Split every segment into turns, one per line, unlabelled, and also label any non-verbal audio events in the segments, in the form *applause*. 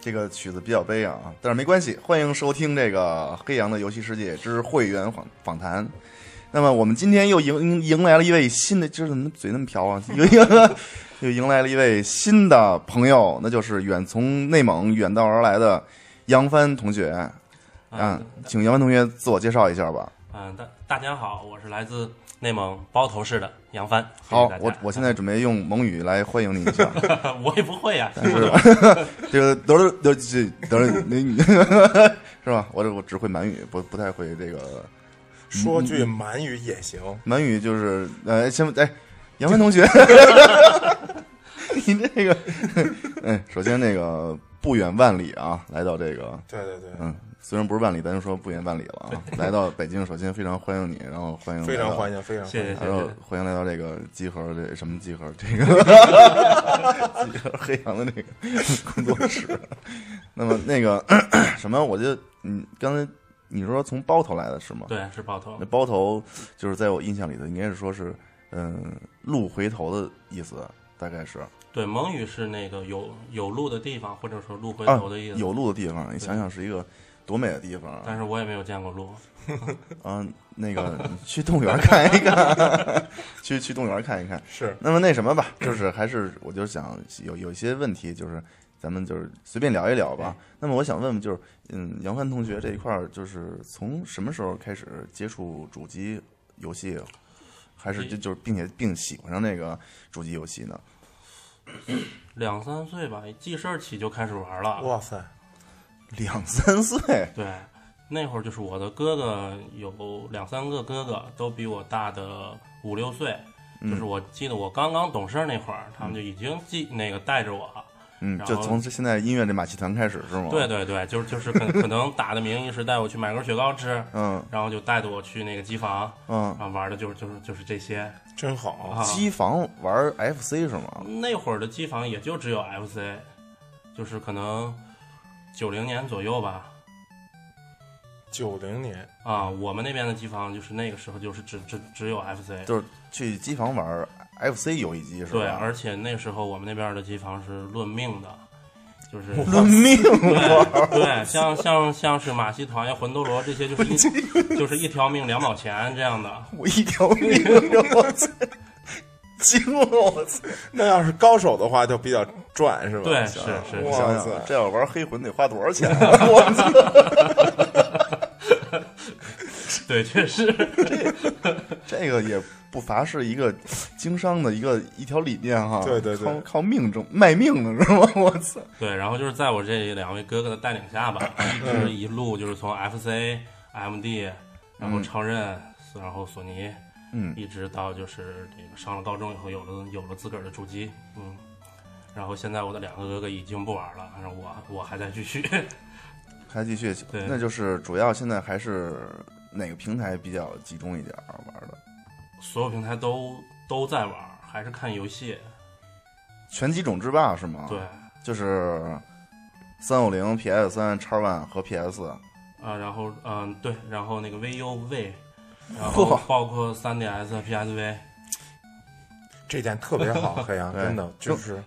这个曲子比较悲啊，但是没关系，欢迎收听这个《黑羊的游戏世界之会员访访谈》。那么我们今天又迎迎来了一位新的，就是怎么嘴那么瓢啊？又迎又迎来了一位新的朋友，那就是远从内蒙远道而来的杨帆同学。啊，请杨帆同学自我介绍一下吧。
嗯，大大家好，我是来自内蒙包头市的杨帆。谢谢
好
大，家
我我现在准备用蒙语来欢迎你一下，
*laughs* 我也不会
*laughs*
啊呀、
但是这个都是都是都是你 *laughs* 是吧？我这我只会满语，不不太会这个
说
嗯
句满语也行。
满语就是呃，先哎，杨帆同学， *laughs* 你这个， *laughs* 哎，首先那个不远万里啊，来到这个，
对对对，
嗯，虽然不是万里，咱就说不远万里了啊，来到北京，首先非常欢迎你，然后欢迎
非常欢
迎。
迎，非常欢
谢
迎。
谢谢
然后
谢。
欢迎来到这个集合，这什么集合？这个集合黑羊的这个工作室。那么那个 *coughs* 什么，我就嗯，刚才你说从包头来的是吗？
对，是包头
那。包头就是在我印象里头，应该是说是嗯路回头的意思，大概是
对，蒙语是那个有有路的地方，或者说路回
啊
头的意思。
有路的地方。你想想是一个多美的地方
但
啊！
是我也没有见过路。
啊，那个
*laughs*
你去动物园看一看， *laughs* 去去动物园看一看。
是
那么那什么吧，
嗯
就是还是我就想有有一些问题，就是咱们就是随便聊一聊吧。那么我想问问，就是嗯，杨帆同学这一块儿，就是从什么时候开始接触主机游戏，还是就就是并且并喜欢上那个主机游戏呢？ *laughs*
两三岁吧，记事儿起就开始玩了。
哇塞，
两三岁，
对，那会儿就是我的哥哥有两三个哥哥，都比我大的五六岁。
嗯
就是我记得我刚刚懂事儿那会儿，他们就已经记那个带着我。
嗯，
然后
就从这现在音乐这马戏团开始是吗？
对，对对，就是就是可可能打的名义是带我去买根雪糕吃，
嗯
然后就带着我去那个机房，
嗯，
啊，玩的就是就是就是这些。
真好。
啊
机房玩 FC 是吗？
那会儿的机房也就只有 FC，就是可能九零年左右吧。
九零年，
啊，我们那边的机房就是那个时候就是只只只有 FC，
就是去机房玩 FC 游戏机是吧？
对，而且那时候我们那边的机房是论命的，就是
论命 *laughs*
对对，像像像是马戏团呀、魂斗罗这些，就
*laughs*
是一就是一条命两毛钱这样的。
我一条命，我操！ *laughs* 惊了我操！
那要是高手的话就比较赚，是吧？
对，是是
哇
想
塞
想这要玩黑魂得花多少钱啊？ *laughs* 我操！
是， *laughs* 对，确实，
这个也不乏是一个经商的一个一条理念哈。
对对对
靠靠命中卖命的是吗？ *laughs* 我操！
对，然后就是在我这两位哥哥的带领下吧，就是一路就是从 FC、MD，然后超任，然后索尼，
嗯，
一直到就是这个上了高中以后，有了有了自个儿的主机，嗯，然后现在我的两个哥哥已经不玩了，然后我我还在继续， *laughs*
还继续，
对
那就是主要现在还是哪个平台比较集中一点儿玩的？
所有平台都都在玩，还是看游戏，
拳击种之霸是吗？
对，，
就是三五零、PS 三、x One 和 PS。
啊，然后嗯、对，然后那个 VUV，然后
嚯
包括 3DS、PSV，
这点特别
*laughs*
好，黑羊
对
真的就是，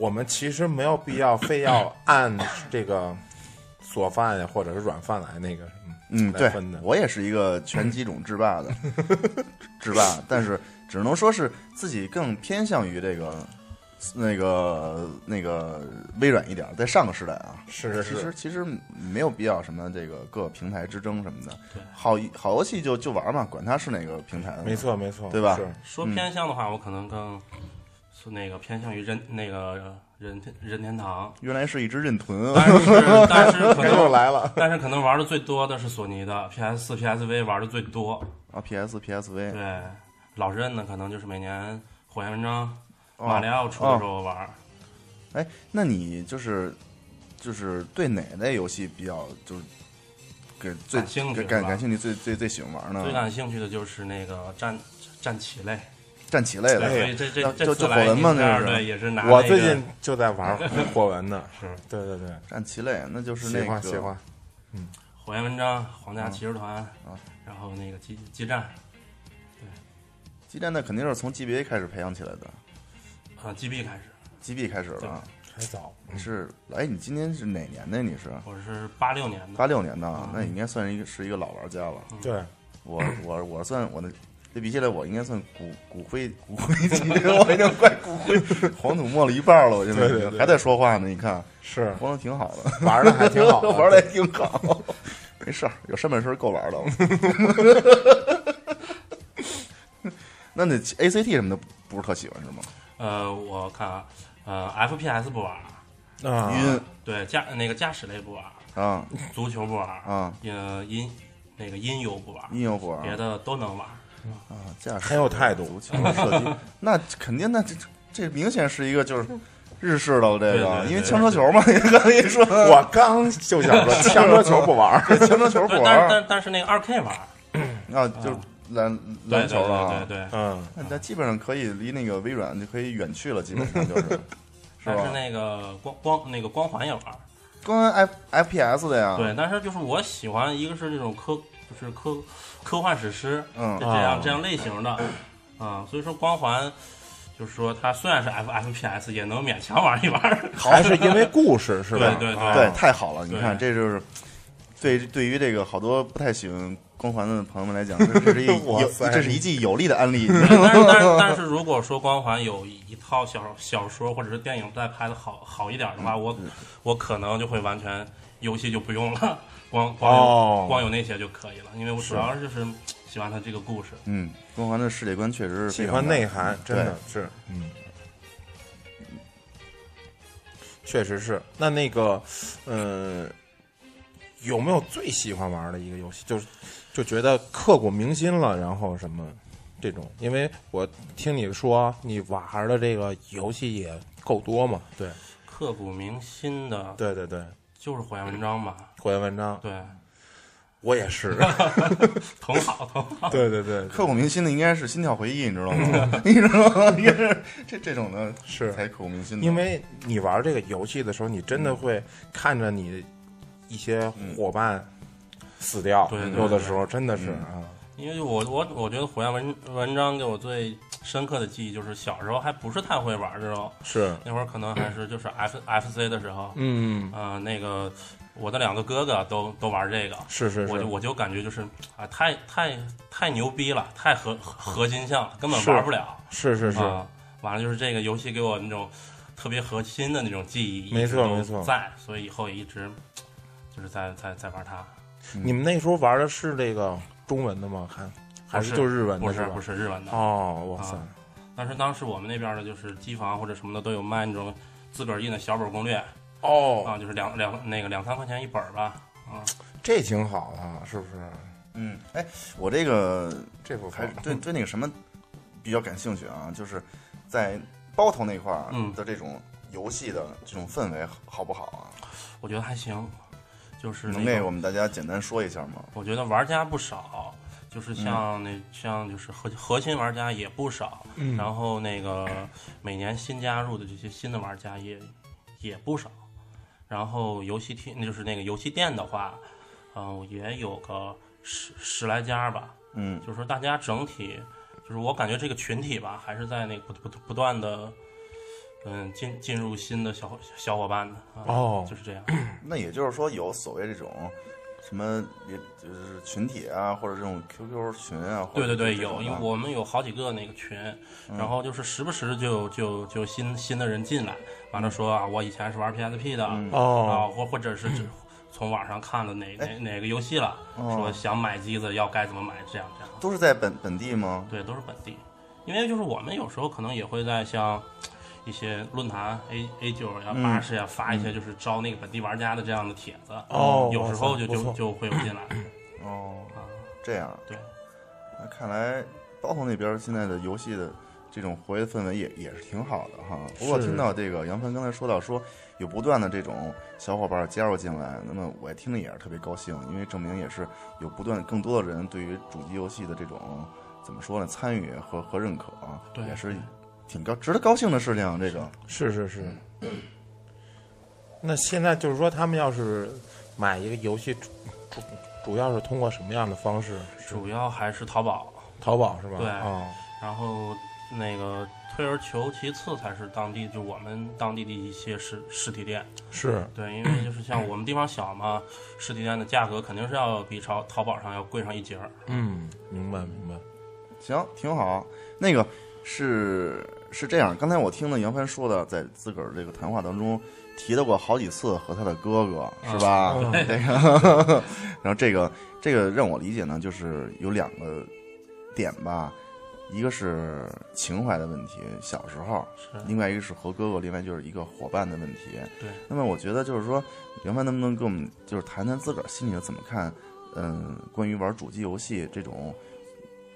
我们其实没有必要非要按这个锁饭呀，或者是软饭来那个什么，
嗯，
来
对
分的，
我也是一个拳击种制霸
*laughs*
的制霸，但是只能说是自己更偏向于这个那个那个微软一点儿，在上个时代啊。
是
其实
是，
其实没有必要什么这个各平台之争什么的
对，
好好游戏就就玩嘛，管它是哪个平台的，
没，错没错，
对吧
是
说偏向的话，我可能更是那个偏向于任那个任天任天堂，
原来是一只任豚啊，
但是但是可
该又
能
来了，
但是可能玩的最多的是索尼的 PS 四 PSV 玩的最多，
，PS PSV，
对老任呢可能就是每年火焰文章、
哦
马里奥出的时候玩。
哎，那你就是就是对哪类游戏比较就是给最
感兴趣
感
是吧
感兴趣最最最喜欢玩呢？
最感兴趣的就是那个战战棋类，
战棋类
对，
哎
的
所以这这
就
这次
就火
来
纹嘛
你这
那
儿
是
对也是拿
我
那
最
个
近就在玩火纹呢，
*laughs*
是
对对对，
战棋类，那就是那
喜
个
欢喜欢，
火焰文章、皇家骑士团
嗯，
然后那个激激战
激战，那肯定是从 GBA 开始培养起来的
啊 GB 开始，
，GB 开始了啊。
还早，
你是哎，你今年是哪年的？你是
我是八六年的，
八六年的，
嗯
那你应该算是一个是一个老玩家了。
对，
我我我算我的。对比起来，我应该算骨骨灰骨灰级，我已经快骨灰黄土没了一半了，我现在
对对对
还在说话呢。你看，
是
玩的挺好的，
玩的还挺好的，
*laughs* 玩的也挺好， *laughs* 没事儿，有上半身够玩的了。 *laughs* 那那 ACT 什么的不是特喜欢是吗？
呃，我看啊，呃，FPS 不玩儿，
啊，
晕
对驾那个驾驶类不玩儿，
啊
足球不玩儿，
啊，
呃音那个音游不玩儿，
音乐不玩
别
啊，
的都能玩儿。
驾驶
很有态度
足球射
*laughs*
击，那肯定，那这这这明显是一个就是日式的这
对
个
对，对
因为枪车球嘛，你 *laughs* 刚才一说
我刚就想
*laughs*
说，枪车球不玩儿，
枪车球
对
不，
但是
玩
但但是那个二 K 玩儿，
啊，就是篮
对
篮球了
对
啊，
对对对，
嗯，
那那基本上可以离那个微软就可以远去了，基本上就是，
*laughs*
是
但是
吧？
那个光光那个光环也玩儿，
光 F F P S 的呀，
对，但是就是我喜欢一个是这种科就是科科幻史诗，
嗯
这样、
啊
这样类型的，啊，所以说光环就是说它虽然是 F F P S，也能勉强玩一玩。
还是因为故事是吧？
对对对
啊
对，太好了！你
对
看，这就是对对于这个好多不太喜欢光环的朋友们来讲， *laughs* 这
*laughs*
这是一
哇
有
塞
这是一记有力的案例。
*laughs*
哎但是但是但是如果说光环有一套小小说或者是电影再拍的好好一点的话，我
嗯
我可能就会完全游戏就不用了，光光有、
哦
光有那些就可以了，因为我主要就是喜欢它这个故事。
嗯，光环的世界观确实是
喜
非常
欢
大
内涵，真的是，嗯，确实是。那那个，呃，有没有最喜欢玩的一个游戏？就是就觉得刻骨铭心了，然后什么这种？因为我听你说你玩的这个游戏也够多嘛，对，
刻骨铭心的
对对对，
就是火焰文章吧，
火焰文章，
对，
我
*laughs*
也是，
很好很好。
对对对，
刻骨铭心的应该是《心跳回忆》，你知道吗？ *laughs* 你知道吗？应该是这这种的
是
才刻骨铭心的。
因为你玩这个游戏的时候，你真的会看着你一些伙伴死掉，
嗯对对嗯
有的时候真的是啊，
因为我我我觉得火焰文文章给我最深刻的记忆就是小时候还不是太会玩这种，
是，
那会儿可能还是就是 F F C 的时候，
嗯，
嗯、那个我的两个哥哥都都玩这个，
是是，
我就是我就感觉就是啊，太太太牛逼了，太核核核心向了，根本
是
玩不了。
是是是，
啊，完了就是这个游戏给我那种特别核心的那种记忆，
没错
一直都
没错
在，所以以后也一直就是在在在玩
啊
它。
你们那时候玩的是这个中文的吗？还还
不是
就日文的
不是
吧
不？是日文的，
哦，哇塞，
啊但是当时我们那边的就是机房或者什么的都有卖那种自个儿印的小本攻略
哦，
啊，就是两两那个两三块钱一本儿吧。啊，
这挺好的，是不是？
嗯，哎，我这个
这不
还
还
是对对那个什么比较感兴趣啊，就是在包头那块儿
嗯
的这种游戏的这种氛围好不好啊？
我觉得还行，就是
能
那
给
种
我们大家简单说一下吗？
我觉得玩家不少，
嗯
就是像那、像就是核核心玩家也不少，
嗯
然后那个每年新加入的这些新的玩家也也不少，然后游戏厅就是那个游戏店的话，嗯、也有个十十来家吧，
嗯
就是说大家整体就是我感觉这个群体吧，还是在那个不不不断的。嗯，进进入新的小小伙伴的啊，
哦
就是这样。
那也就是说，有所谓这种什么，也就是群体啊，或者这种 QQ 群啊，或
对
者
对对，
这种
有，
啊
因为我们有好几个那个群，然后就是时不时就就就新新的人进来，完了说啊，我以前是玩 PSP 的，啊，
哦，哎
或或者是只从网上看的哪哪哪个游戏了，
哦
说想买机子要该怎么买，这样这样，
都是在本本地吗？
对，都是本地，因为就是我们有时候可能也会在像。一些论坛 A A 九呀、
嗯
八十呀发一些就是招那个本地玩家的这样的帖子，
哦
有时候就
不
就
错
就会有
*clears throat*
进来，
哦，这样，
对，
那看来包头那边现在的游戏的这种活跃氛围也也是挺好的哈。不过
是
听到这个杨帆刚才说到说有不断的这种小伙伴加入进来，那么我也听着也是特别高兴，因为证明也是有不断更多的人对于主机游戏的这种怎么说呢参与和和认可啊，
对
也是挺高值得高兴的事情啊。这个
是是是。 *clears throat* 那现在就是说，他们要是买一个游戏，主主主要是通过什么样的方式？
主要还是淘宝，
淘宝是吧？
对
哦
然后那个退而求其次才是当地就我们当地的一些实实体店。
是
对，因为就是像我们地方小嘛，实体店的价格肯定是要比淘淘宝上要贵上一截儿。
嗯，明白明白。
行，挺好。那个是是这样，刚才我听了杨帆说的，在自个儿这个谈话当中提到过好几次和他的哥哥，是
啊
吧？*laughs*
对
这个，然后这个这个让我理解呢，就是有两个点吧，一个是情怀的问题，小时候，
是，
另外一个是和哥哥，另外就是一个伙伴的问题。
对。
那么我觉得就是说，袁帆能不能跟我们就是谈谈自个儿心里头怎么看？嗯，关于玩主机游戏这种，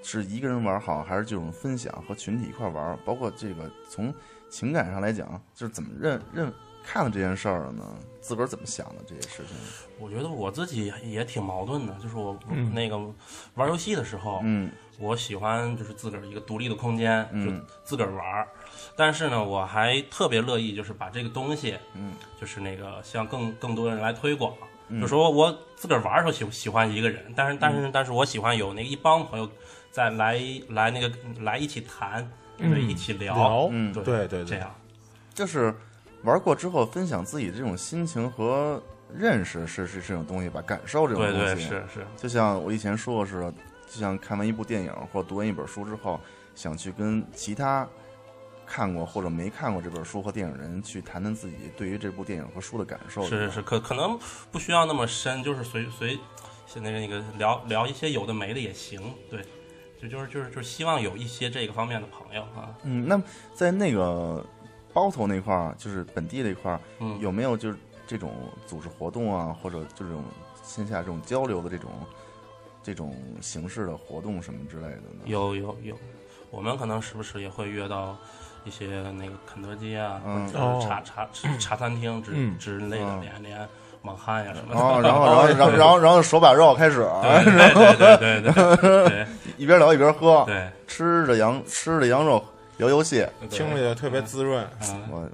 是一个人玩好，还是这种分享和群体一块玩？包括这个从情感上来讲，就是怎么认认看了这件事儿呢？自个儿怎么想的这些事情？
我觉得我自己也也挺矛盾的，就是我、那个玩游戏的时候，
嗯
我喜欢就是自个儿一个独立的空间，
嗯
就自个儿玩儿。但是呢，我还特别乐意就是把这个东西，
嗯，
就是那个向更更多的人来推广。就说我自个儿玩儿的时候喜喜欢一个人，但是但
嗯
是、但是我喜欢有那个一帮朋友再来来那个来一起谈，对，一起聊，
嗯，
对
对对
这
对，
样。
就是玩过之后分享自己这种心情和认识是是这种东西吧，感受这种
对
东西。
对是是，
就像我以前说过似的，就像看完一部电影或读完一本书之后，想去跟其他看过或者没看过这本书和电影人去谈谈自己对于这部电影和书的感受。
是是是，可可能不需要那么深，就是随随现在那个聊聊一些有的没的也行，对，就就是就是就是希望有一些这个方面的朋友啊，
嗯，那么在那个包头那块儿，就是本地那块儿，
嗯，
有没有就是这种组织活动啊，或者就这种线下这种交流的这种这种形式的活动什么之类的呢？
有有有，我们可能时不时也会约到一些那个肯德基啊，
嗯
或
哦
者是茶茶茶茶餐厅之、
嗯
之类的
嗯
连连蒙汉呀什么的，
哦，然 *laughs* 后，然后，然后，然后，然后手把肉开始，
嗯
啊
对对对对对对对
一边聊一边喝，
对，
吃着羊吃着羊肉聊游戏。
对
听着也特别滋润。
嗯
我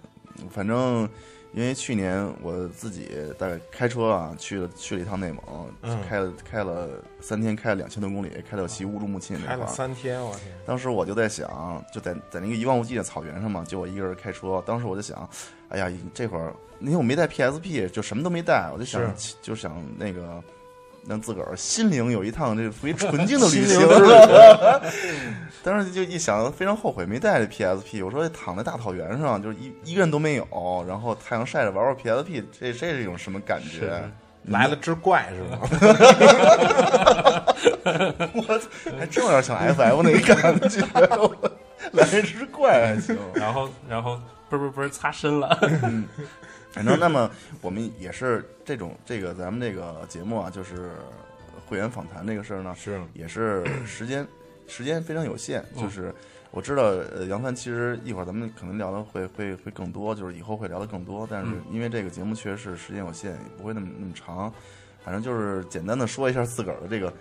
反正因为去年我自己大概开车啊去了去了一趟内蒙，
嗯
开了开了三天，开了两千多公里，开到西乌鲁木齐
开
那块
了
儿。
三天，我天！
当时我就在想，就在在那个一望无际的草原上嘛，就我一个人开车。当时我就想，哎呀，这会儿因为我没带 PSP，就什么都没带，我就想就想那个让自个儿心灵有一趟这
*laughs*
属于纯净的旅
心
行
灵之。
当时就一想，非常后悔没带这 PSP。我说躺在大草原上，就是一一个人都没有，然后太阳晒着玩玩 PSP，这这是一种什么感觉？
来了只怪是吗？
还真有点像 FF 那个感
*laughs*
觉，来一只怪还行。
然后然后不是不是不是擦身了，
反正那么我们也是这种这个咱们这个节目啊，就是会员访谈这个事儿呢，
*laughs* 是，
也是时间时间非常有限，
嗯
就是我知道呃杨帆其实一会儿咱们可能聊的会会会更多，就是以后会聊的更多，但是
嗯
因为这个节目确实是时间有限，也不会那么那么长，反正就是简单的说一下自个儿的这个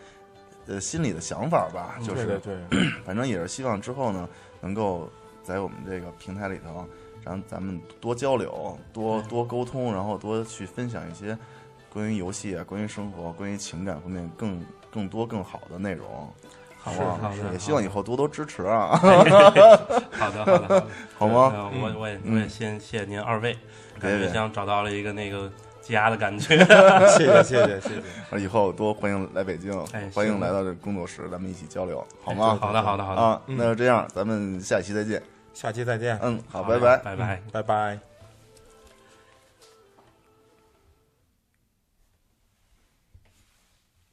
呃心里的想法吧，就
对
是
对
*laughs*
对，
反正也是希望之后呢，能够在我们这个平台里头，咱咱们多交流，
嗯
多多沟通，然后多去分享一些关于游戏啊、关于生活、关于情感方面更更多更好的内容，好
好
不
的
好
*laughs* 好的，
也希望以后多多支持啊，
好的好的好的。
好吗？嗯
呃我我也我也先谢谢您二位，
别
感觉
别
像找到了一个那个家的感觉。
谢谢谢谢谢谢。
以后多欢迎来北京
哎，
欢迎
行
来到这工作室，咱们一起交流，好吗？
*laughs*
啊
好的好嗯的好的，
啊，那就这样，咱们下期再见。
下期再见，
嗯，好，
好
拜
嘞
拜。
拜拜。
拜拜。